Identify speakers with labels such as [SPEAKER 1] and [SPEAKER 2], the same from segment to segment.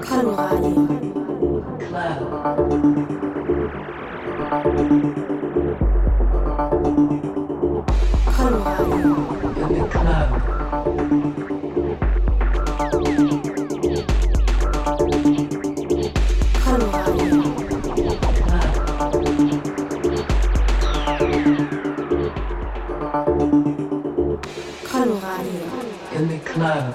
[SPEAKER 1] Colorado. Colorado. Colorado. Colorado.
[SPEAKER 2] in the club.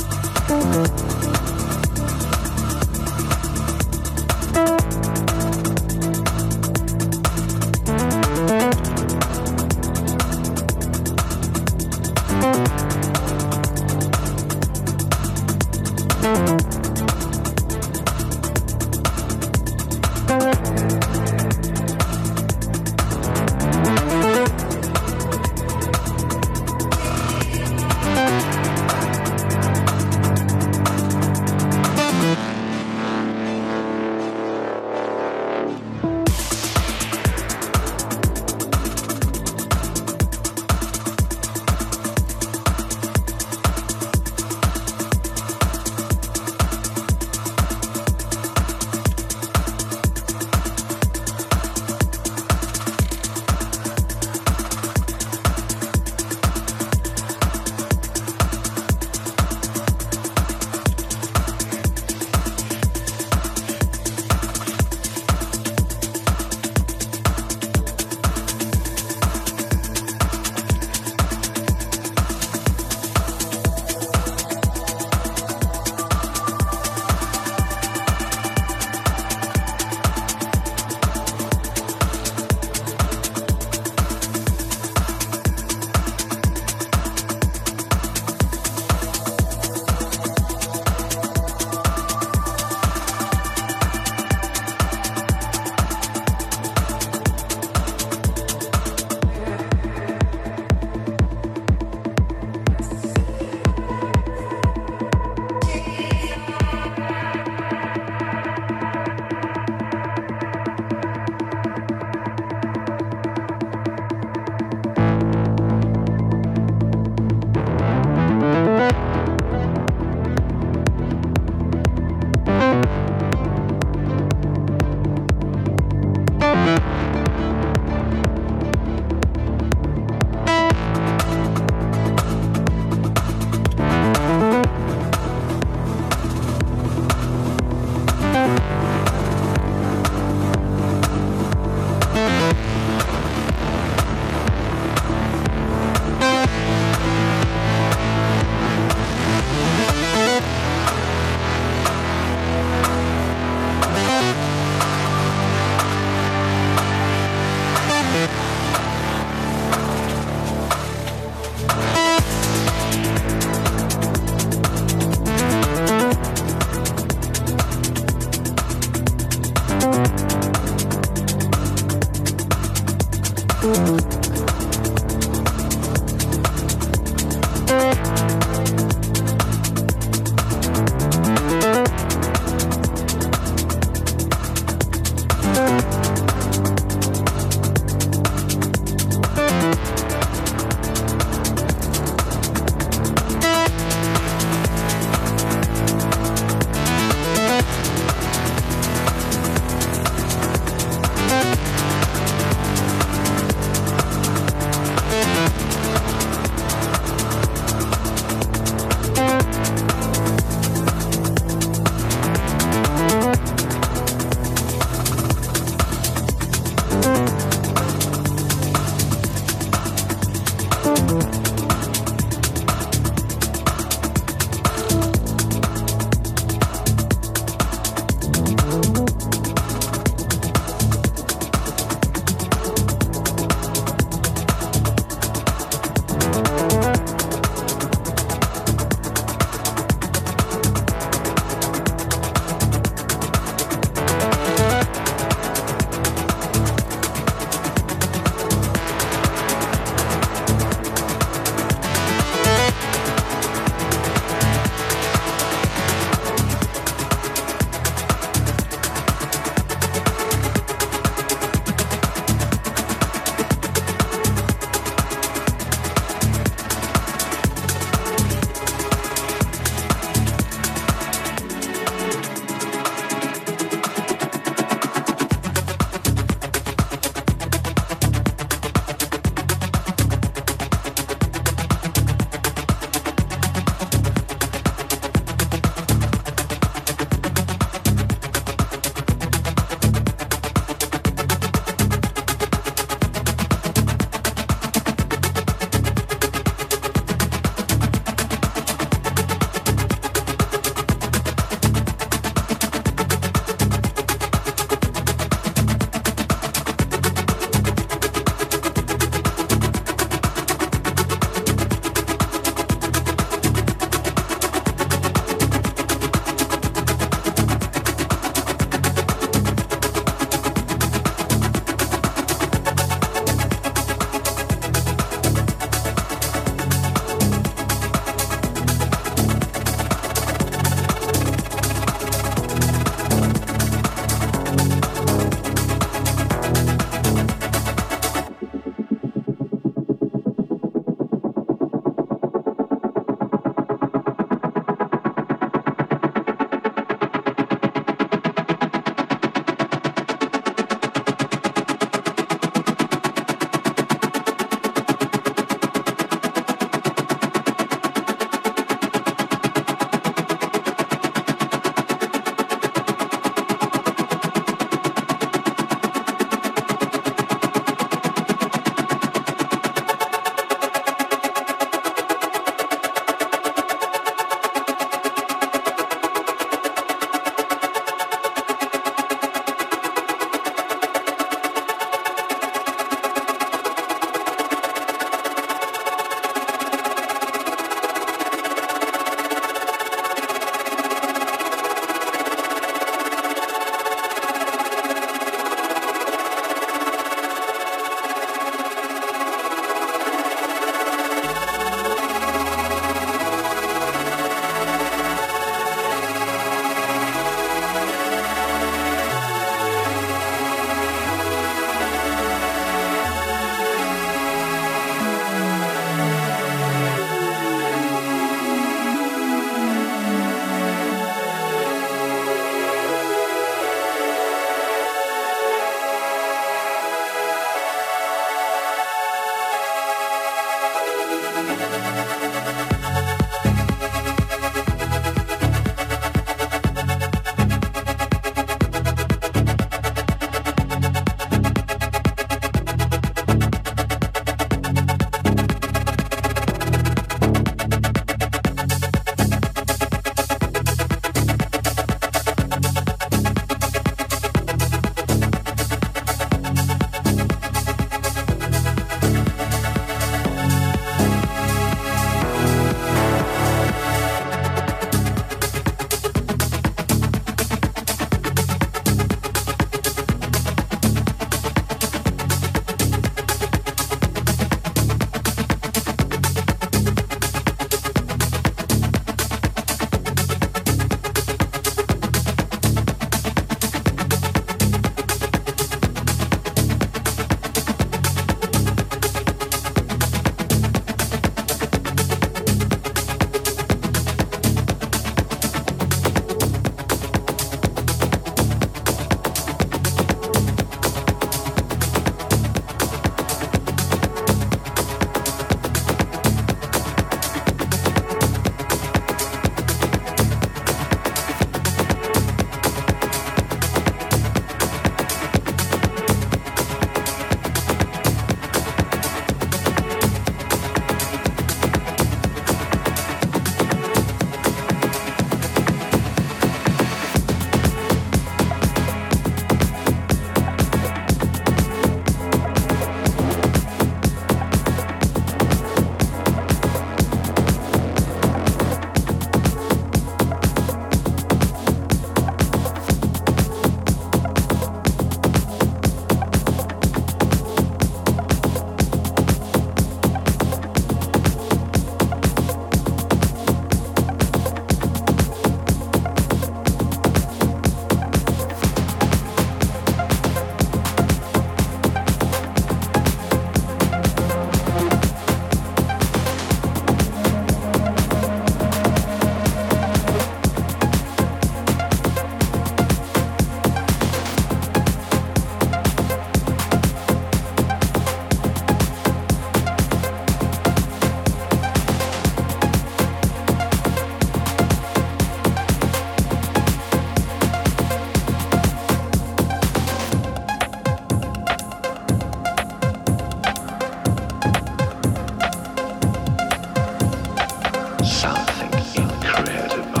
[SPEAKER 3] Incredible.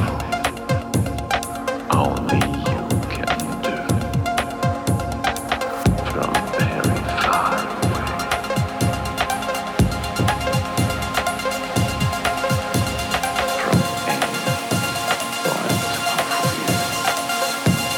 [SPEAKER 3] Only you can do. From very far away. From any point of view.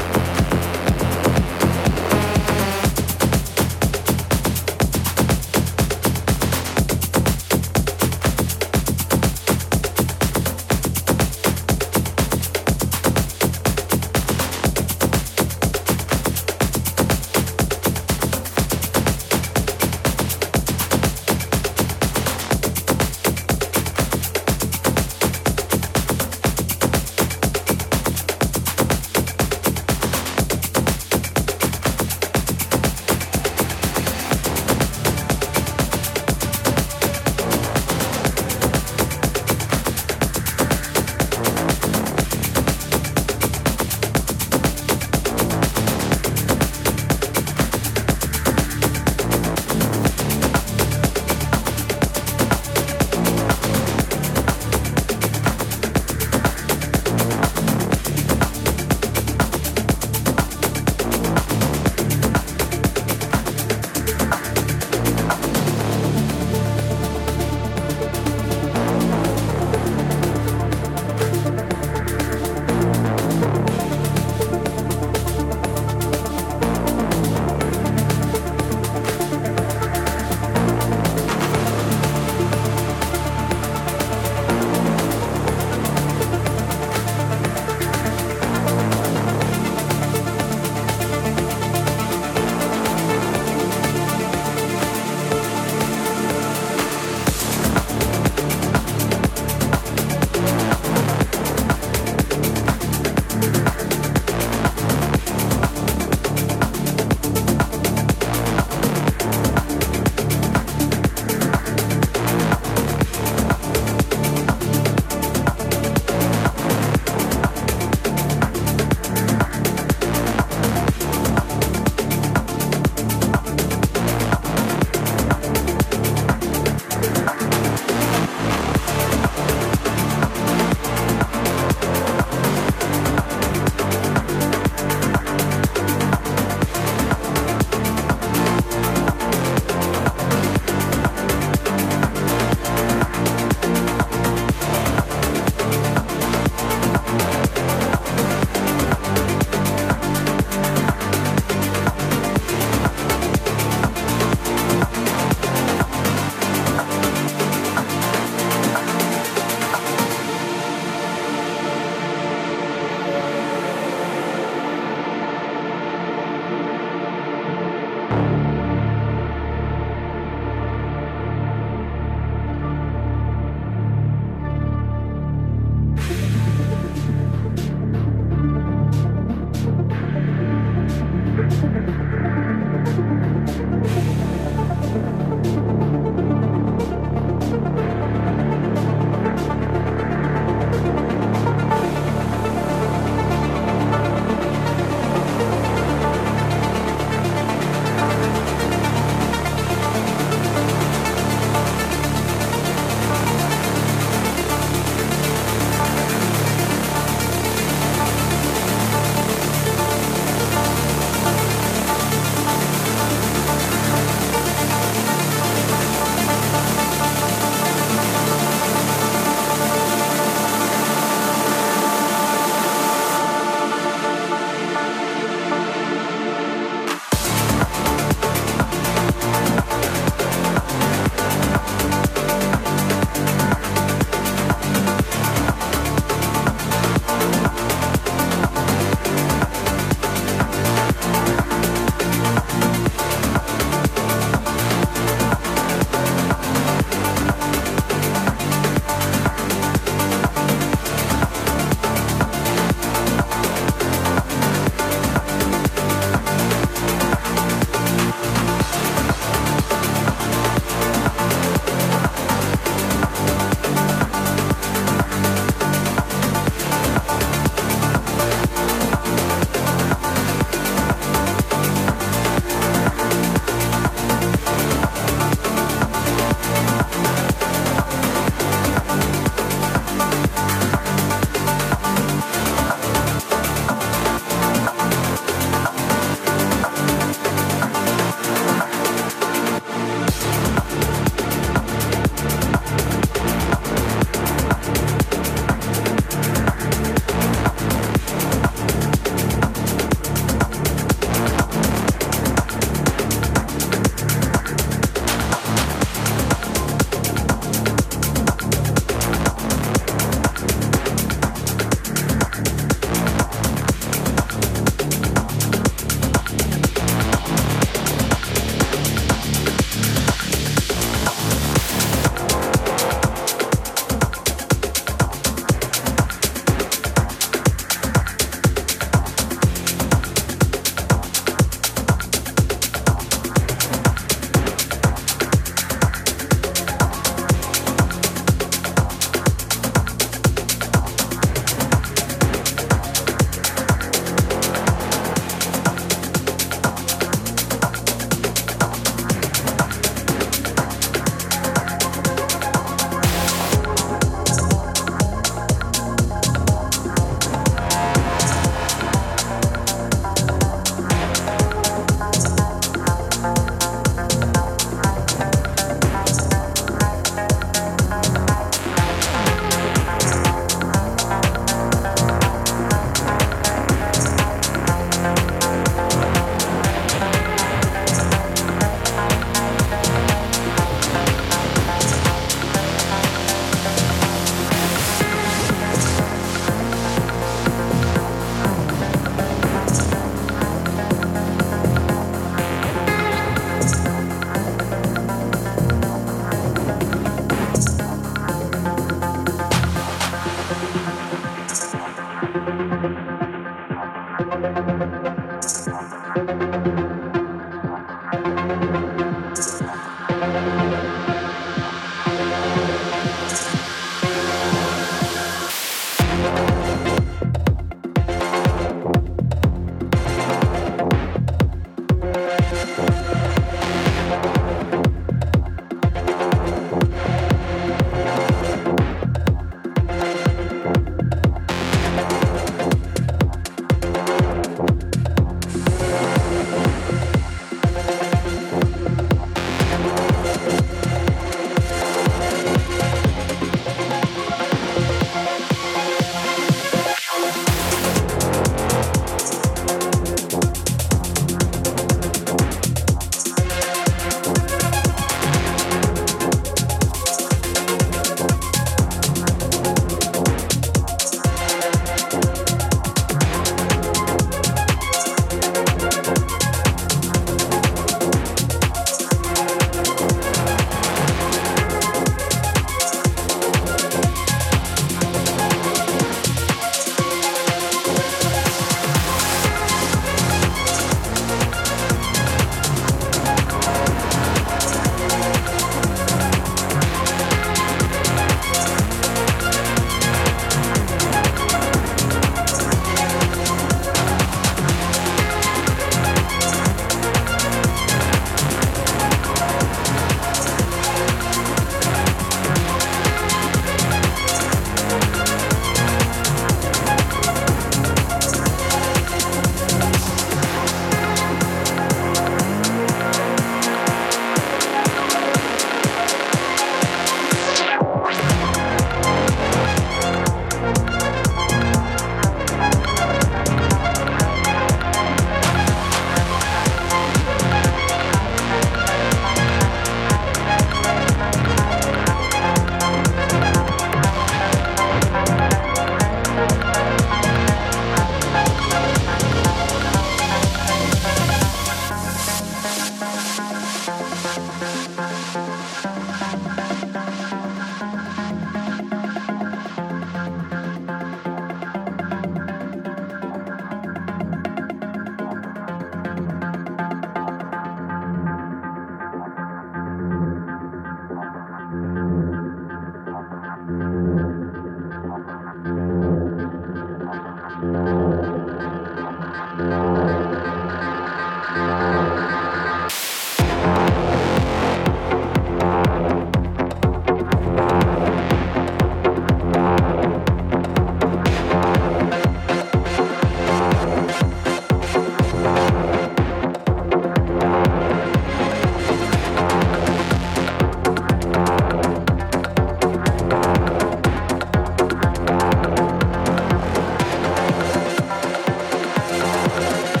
[SPEAKER 4] Thank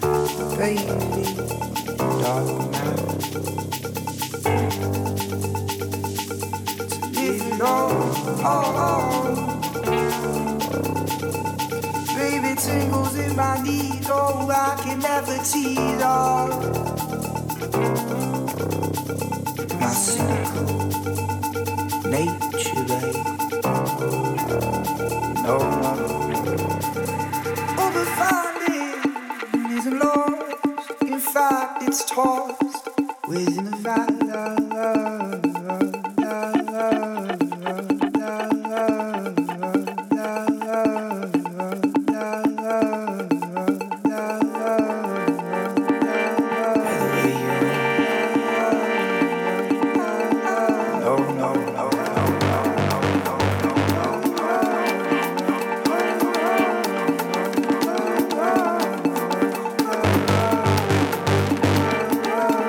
[SPEAKER 4] baby, darling, now. Leave it all, all, all. oh. Baby tingles in my knees, oh, I can never oh. tease all. My cynical nature, babe. No, no, no. All the violin is lost. In fact, it's tossed within the valley. No, no, no, no. Thank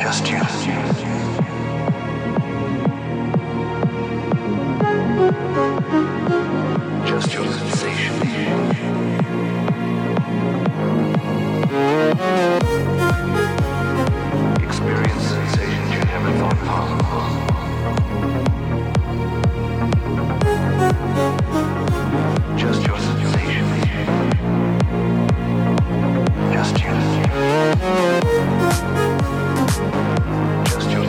[SPEAKER 5] Just you. Just your sensations. Experience sensations you never thought possible. Just your sensations. Just you. Just your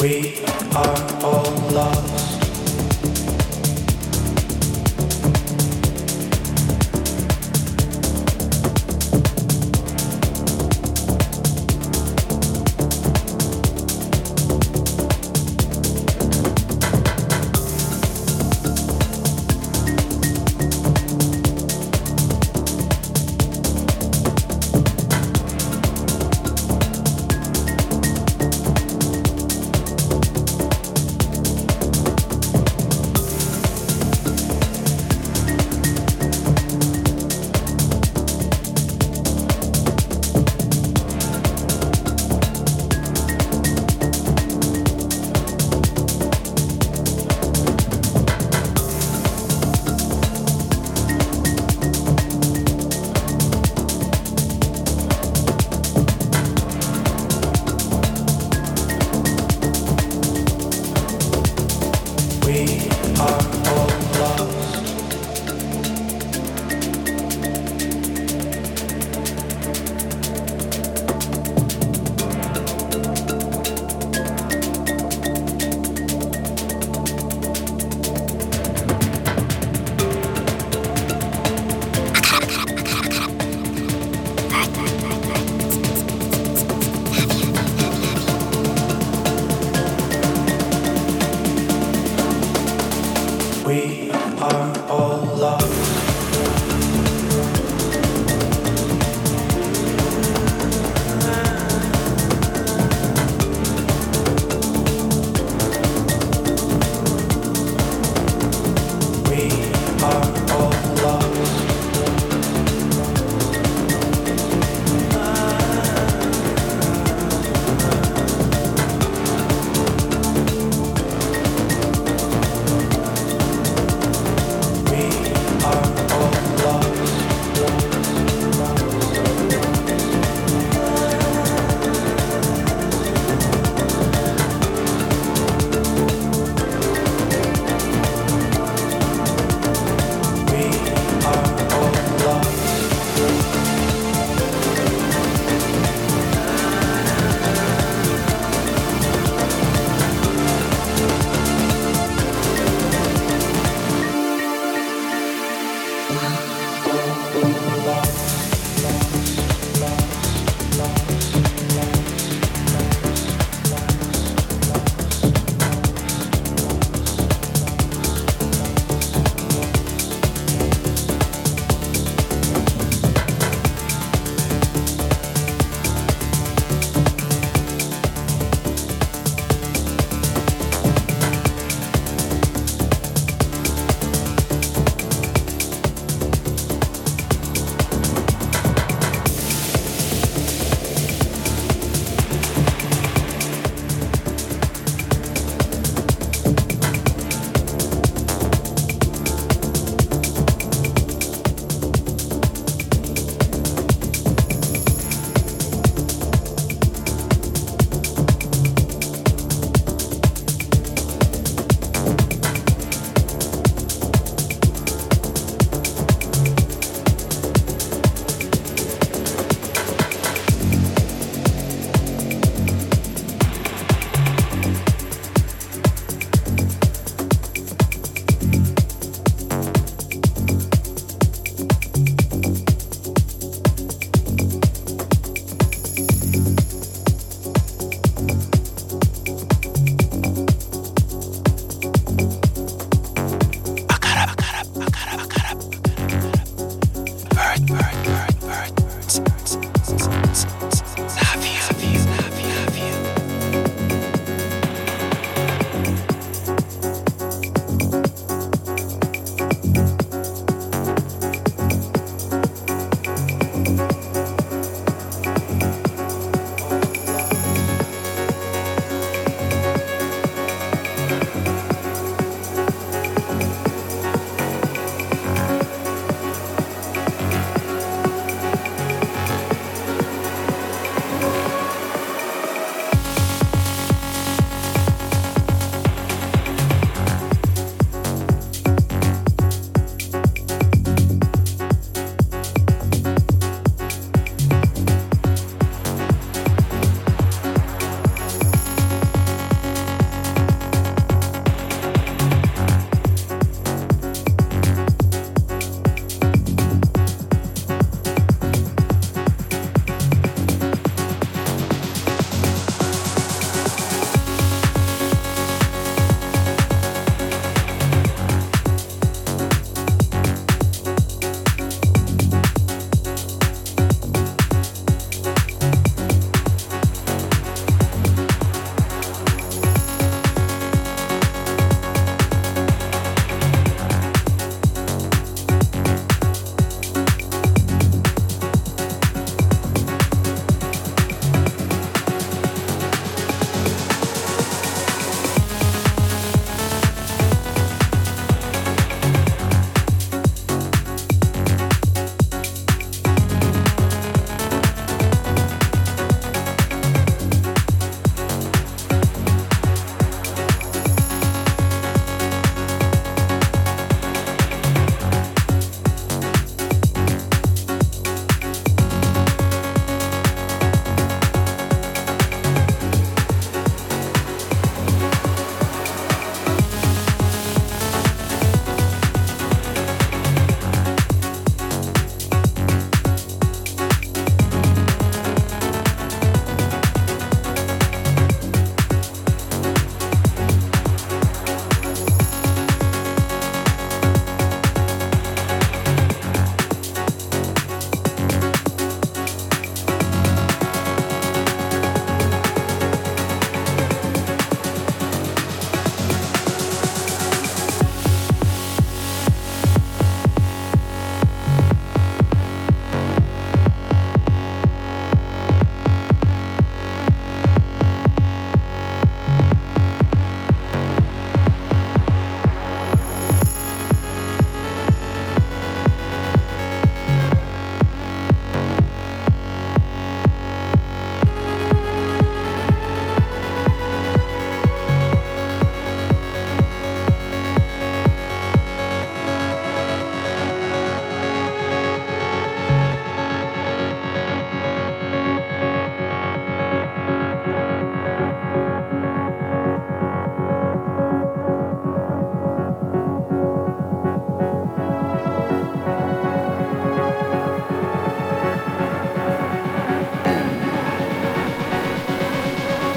[SPEAKER 4] We are all lost.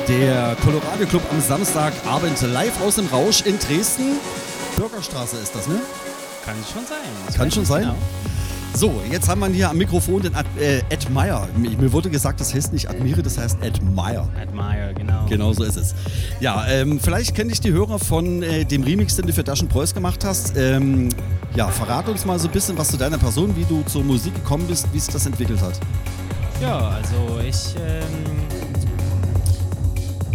[SPEAKER 6] Der Colorado Club am Samstagabend live aus dem Rausch in Dresden. Bürgerstraße ist das, ne?
[SPEAKER 7] Kann schon sein. Ich
[SPEAKER 6] Kann
[SPEAKER 7] weiß
[SPEAKER 6] schon
[SPEAKER 7] nicht
[SPEAKER 6] sein.
[SPEAKER 7] Genau.
[SPEAKER 6] So, jetzt haben wir hier am Mikrofon den Ad, äh, Ed Meyer. Mir mir wurde gesagt, das heißt nicht Admire, das heißt Ed Meyer.
[SPEAKER 7] Admire, genau.
[SPEAKER 6] Genau so ist es. Ja, ähm, vielleicht kenne ich die Hörer von äh, dem Remix, den du für Daschen Preuß gemacht hast. Ähm, ja, verrate uns mal so ein bisschen was zu deiner Person, wie du zur Musik gekommen bist, wie sich das entwickelt hat.
[SPEAKER 7] Ja, also ich ähm,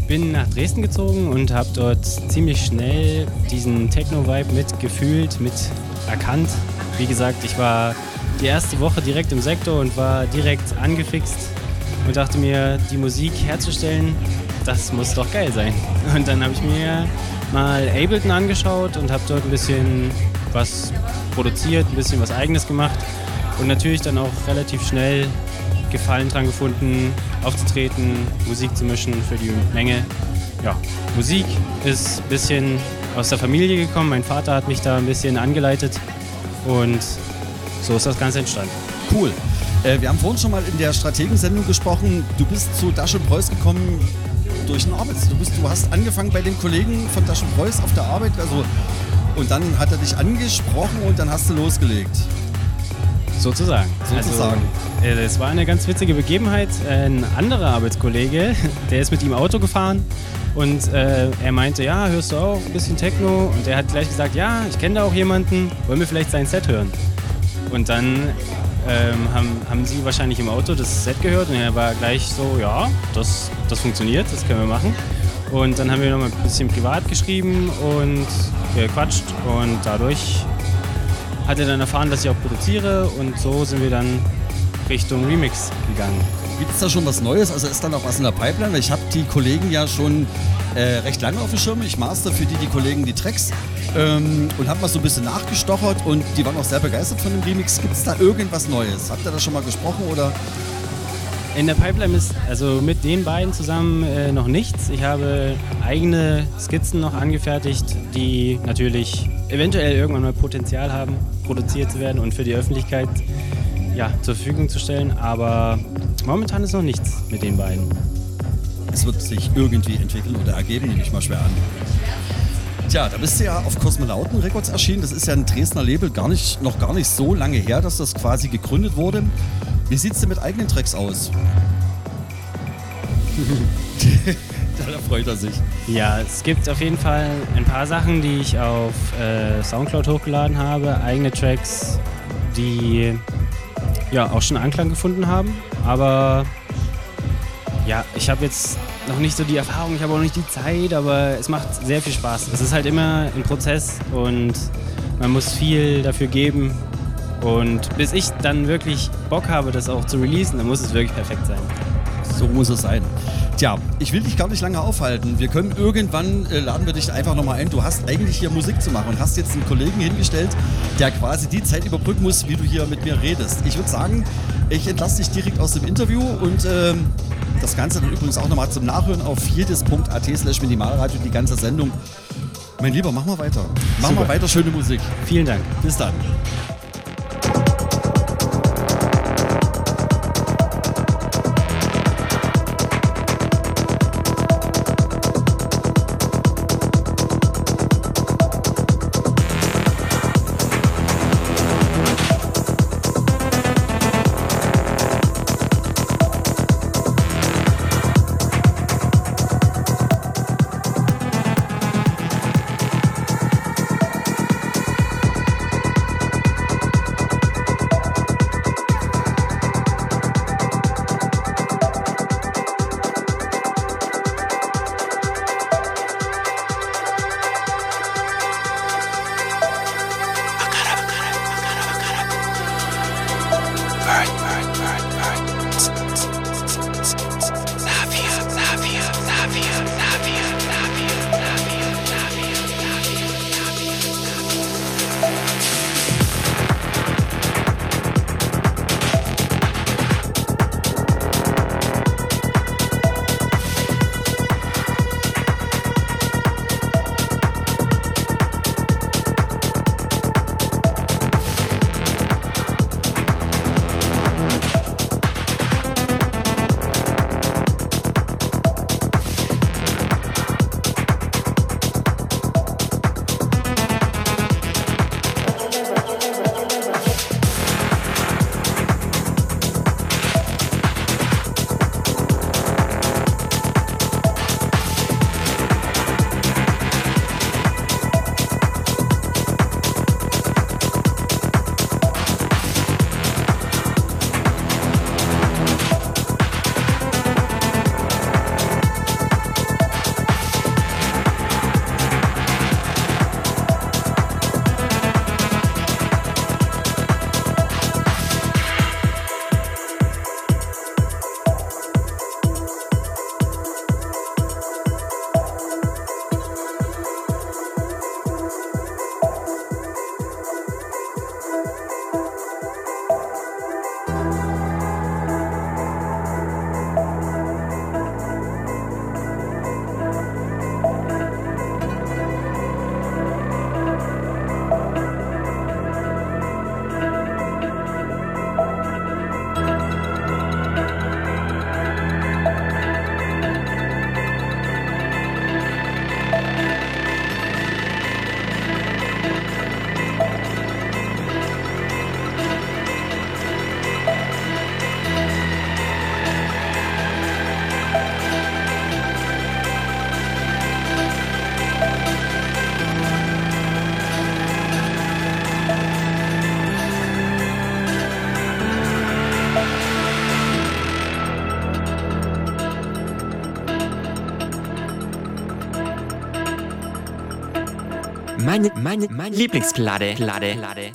[SPEAKER 7] bin nach Dresden gezogen und habe dort ziemlich schnell diesen Techno-Vibe mitgefühlt, mit erkannt. Wie gesagt, ich war die erste Woche direkt im Sektor und war direkt angefixt und dachte mir, die Musik herzustellen, das muss doch geil sein. Und dann habe ich mir mal Ableton angeschaut und habe dort ein bisschen was produziert, ein bisschen was eigenes gemacht und natürlich dann auch relativ schnell Gefallen dran gefunden, aufzutreten, Musik zu mischen für die Menge. Ja, Musik ist ein bisschen aus der Familie gekommen. Mein Vater hat mich da ein bisschen angeleitet und so ist das Ganze entstanden.
[SPEAKER 6] Cool. Äh, wir haben vorhin schon mal in der Strategensendung gesprochen. Du bist zu Daschen Preuß gekommen durch einen Arbeits. Du, bist, du hast angefangen bei dem Kollegen von Daschen Preuß auf der Arbeit. Also, und dann hat er dich angesprochen und dann hast du losgelegt.
[SPEAKER 7] Sozusagen.
[SPEAKER 6] Sozusagen.
[SPEAKER 7] Also, äh, es war eine ganz witzige Begebenheit. Äh, Ein anderer Arbeitskollege, der ist mit ihm Auto gefahren und äh, er meinte, ja, hörst du auch ein bisschen Techno? Und er hat gleich gesagt, ja, ich kenne da auch jemanden, wollen wir vielleicht sein Set hören? Und dann ähm, haben, haben sie wahrscheinlich im Auto das Set gehört und er war gleich so, ja, das, das funktioniert, das können wir machen. Und dann haben wir noch mal ein bisschen privat geschrieben und gequatscht und dadurch hat er dann erfahren, dass ich auch produziere und so sind wir dann Richtung Remix gegangen.
[SPEAKER 6] Gibt es da schon was Neues? Also ist da noch was in der Pipeline? Weil Ich habe die Kollegen ja schon äh, recht lange auf dem Schirm. Ich master für die, die Kollegen die Tracks ähm, und habe mal so ein bisschen nachgestochert und die waren auch sehr begeistert von dem Remix. Gibt es da irgendwas Neues? Habt ihr da schon mal gesprochen oder?
[SPEAKER 7] In der Pipeline ist also mit den beiden zusammen äh, noch nichts. Ich habe eigene Skizzen noch angefertigt, die natürlich eventuell irgendwann mal Potenzial haben, produziert zu werden und für die Öffentlichkeit ja, zur Verfügung zu stellen. Aber momentan ist noch nichts mit den beiden.
[SPEAKER 6] Es wird sich irgendwie entwickeln oder ergeben, nehme ich mal schwer an. Tja, da bist du ja auf Kosmonauten Records erschienen. Das ist ja ein Dresdner Label, gar nicht, noch gar nicht so lange her, dass das quasi gegründet wurde. Wie sieht es denn mit eigenen Tracks aus? da freut er sich.
[SPEAKER 7] Ja, es gibt auf jeden Fall ein paar Sachen, die ich auf äh, Soundcloud hochgeladen habe, eigene Tracks, die ja auch schon Anklang gefunden haben. Aber ja, ich habe jetzt noch nicht so die Erfahrung, ich habe auch nicht die Zeit, aber es macht sehr viel Spaß. Es ist halt immer ein Prozess und man muss viel dafür geben. Und bis ich dann wirklich Bock habe, das auch zu releasen, dann muss es wirklich perfekt sein.
[SPEAKER 6] So muss es sein. Tja, ich will dich gar nicht lange aufhalten. Wir können irgendwann, äh, laden wir dich einfach nochmal ein. Du hast eigentlich hier Musik zu machen und hast jetzt einen Kollegen hingestellt, der quasi die Zeit überbrücken muss, wie du hier mit mir redest. Ich würde sagen, ich entlasse dich direkt aus dem Interview und ähm, das Ganze dann übrigens auch nochmal zum Nachhören auf jedes.at slash minimalradio, die ganze Sendung. Mein Lieber, mach mal weiter. Mach mal
[SPEAKER 7] Super.
[SPEAKER 6] weiter schöne Musik.
[SPEAKER 7] Vielen Dank.
[SPEAKER 6] Bis dann.
[SPEAKER 8] Meine, meine, meine Lieblingsplatte, Platte, Platte.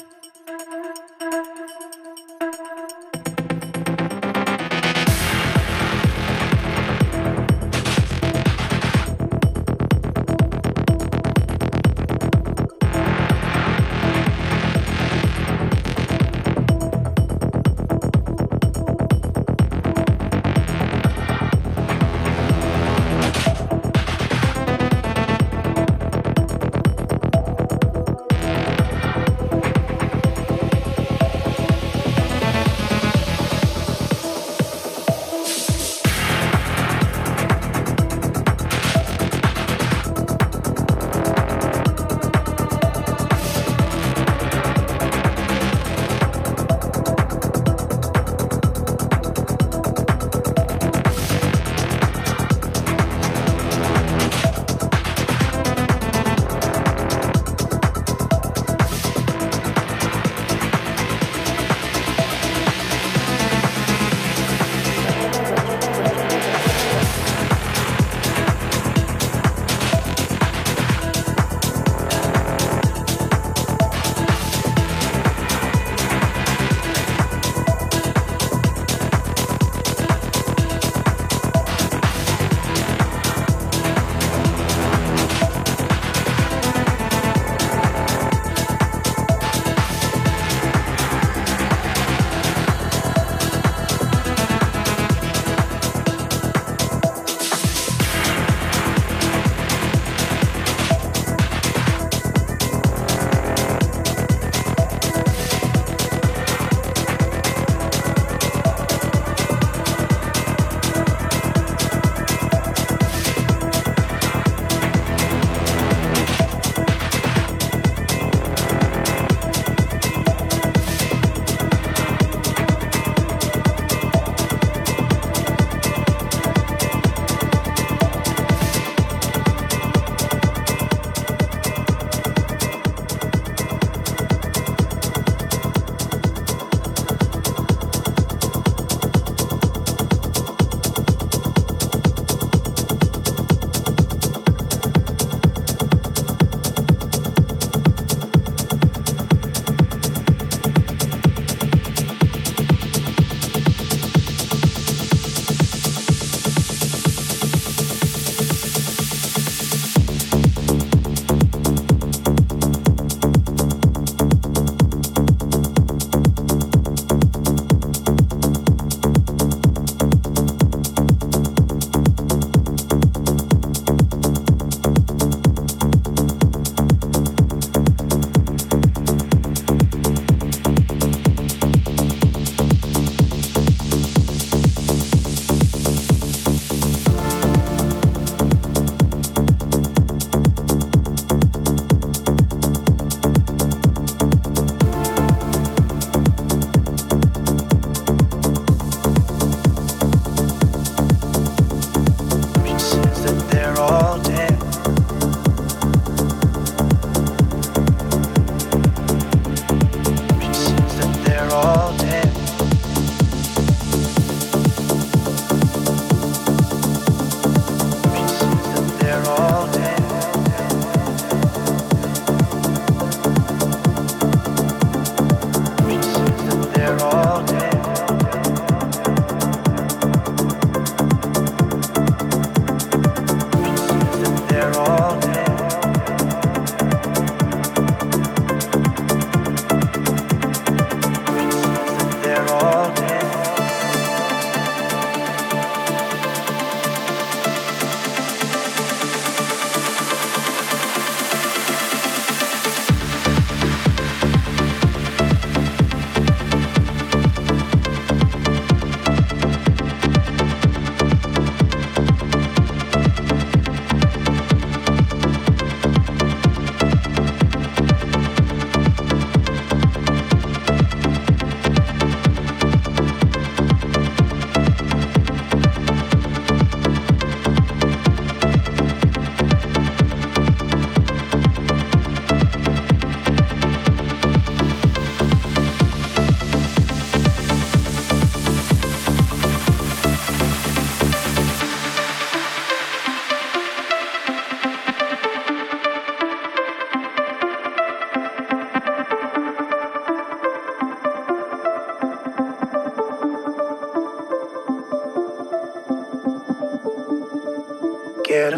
[SPEAKER 4] Which says that they're all dead. Which says that they're all dead. Which says that they're all dead. Which says that they're all dead. Which says that Get a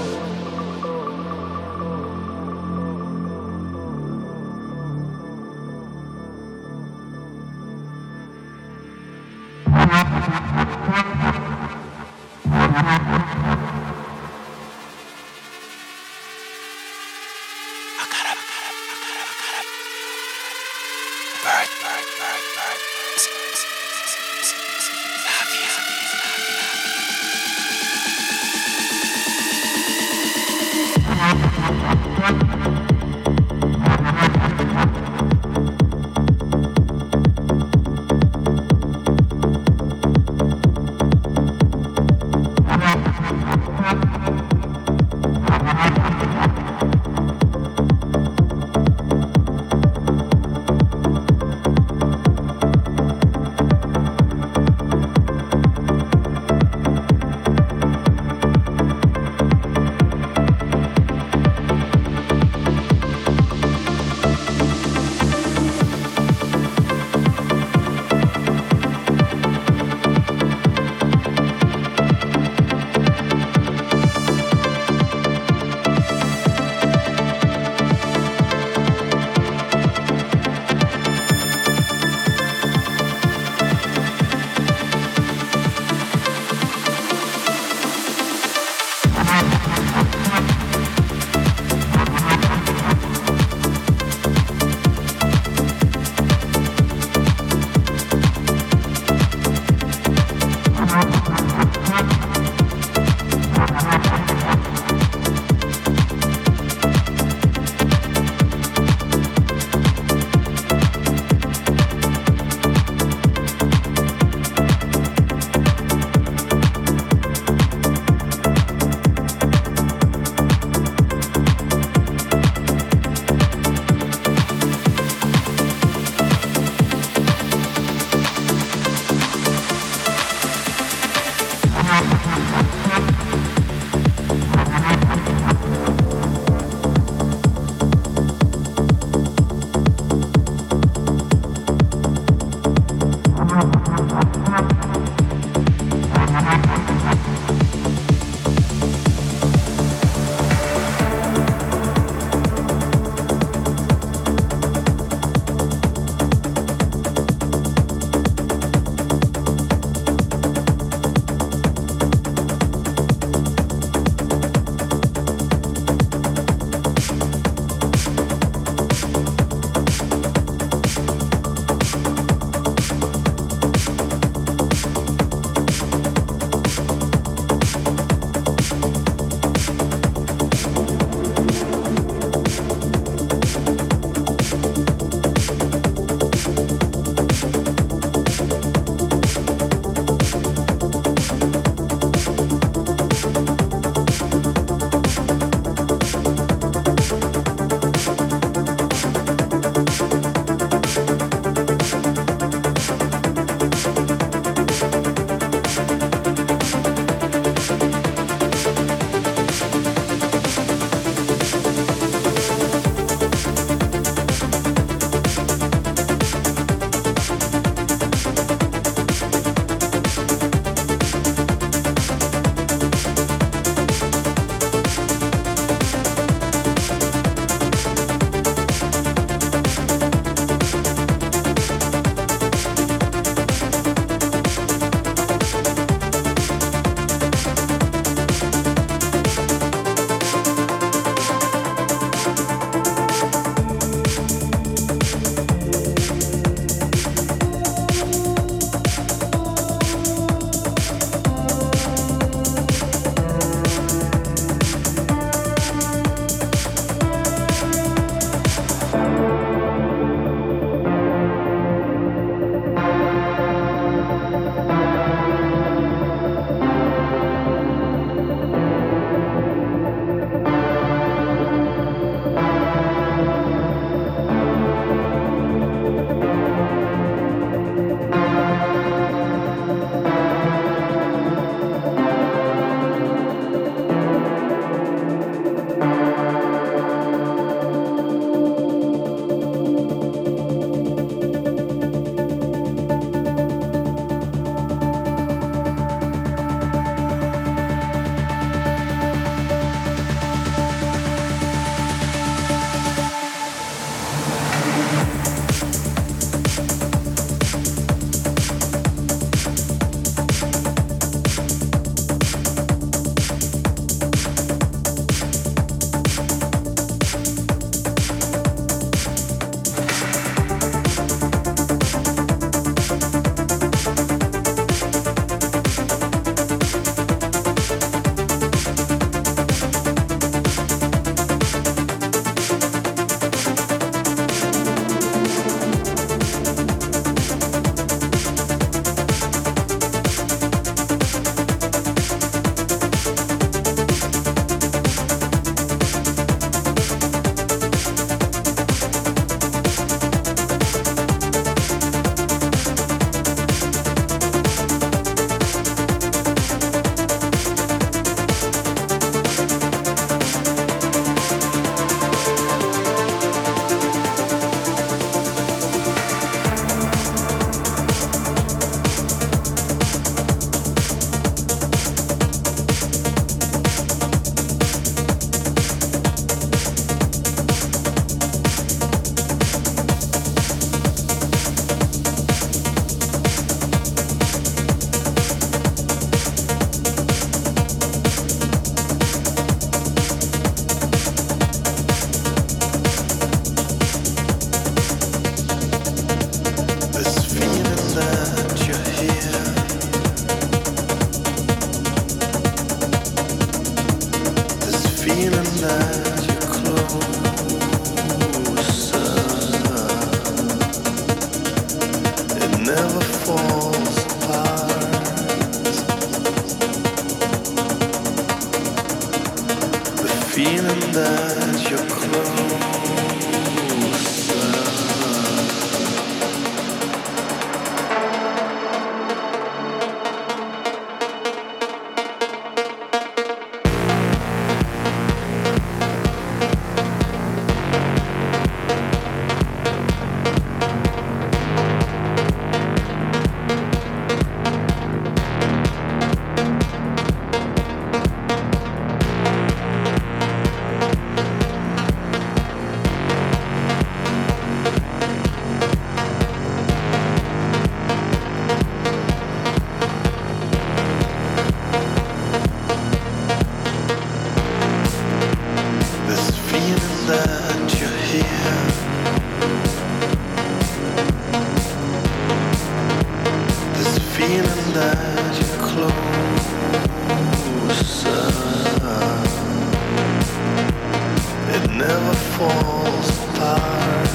[SPEAKER 5] never falls apart.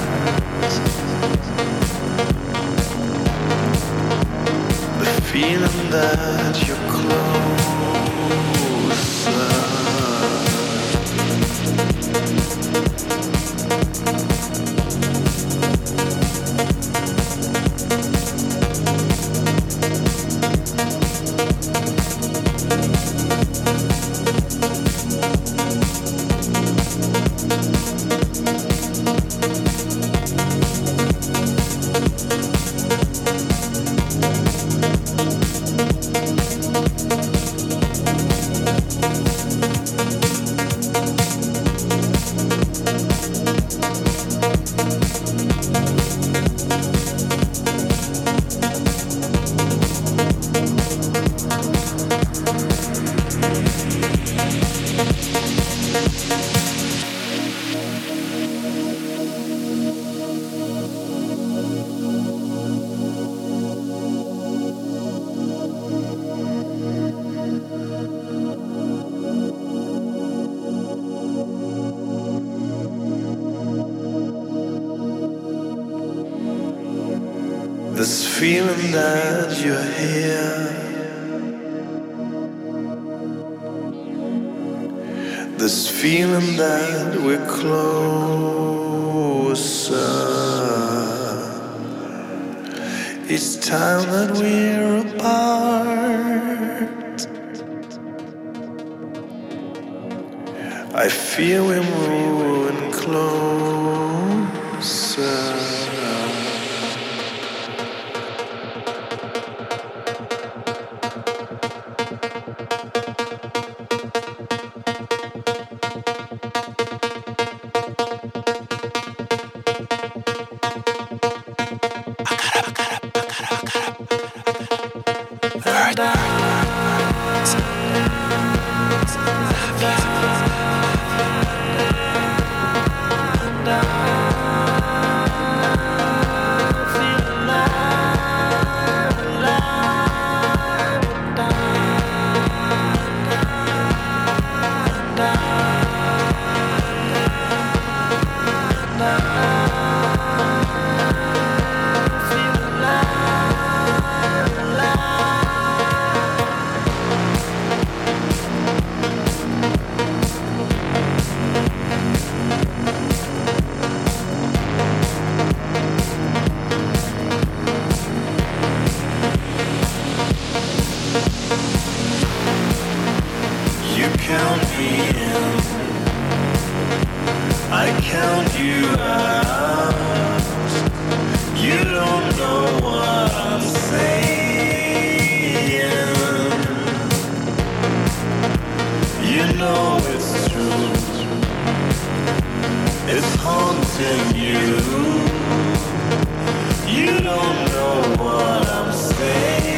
[SPEAKER 5] The feeling that you're closer. This feeling that you're here. This feeling that we're closer. It's time that we're apart. I feel we're moving closer. You count me in. I count you out. You don't know what I'm saying. You know it's true. It's haunting you. You don't know what I'm saying.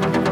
[SPEAKER 2] Cosmic.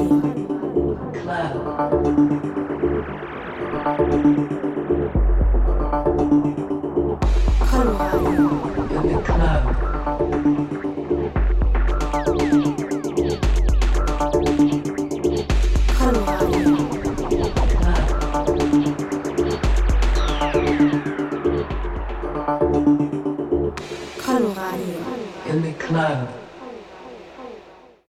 [SPEAKER 1] Coloradio. Coloradio. Coloradio. Coloradio.
[SPEAKER 2] in the club.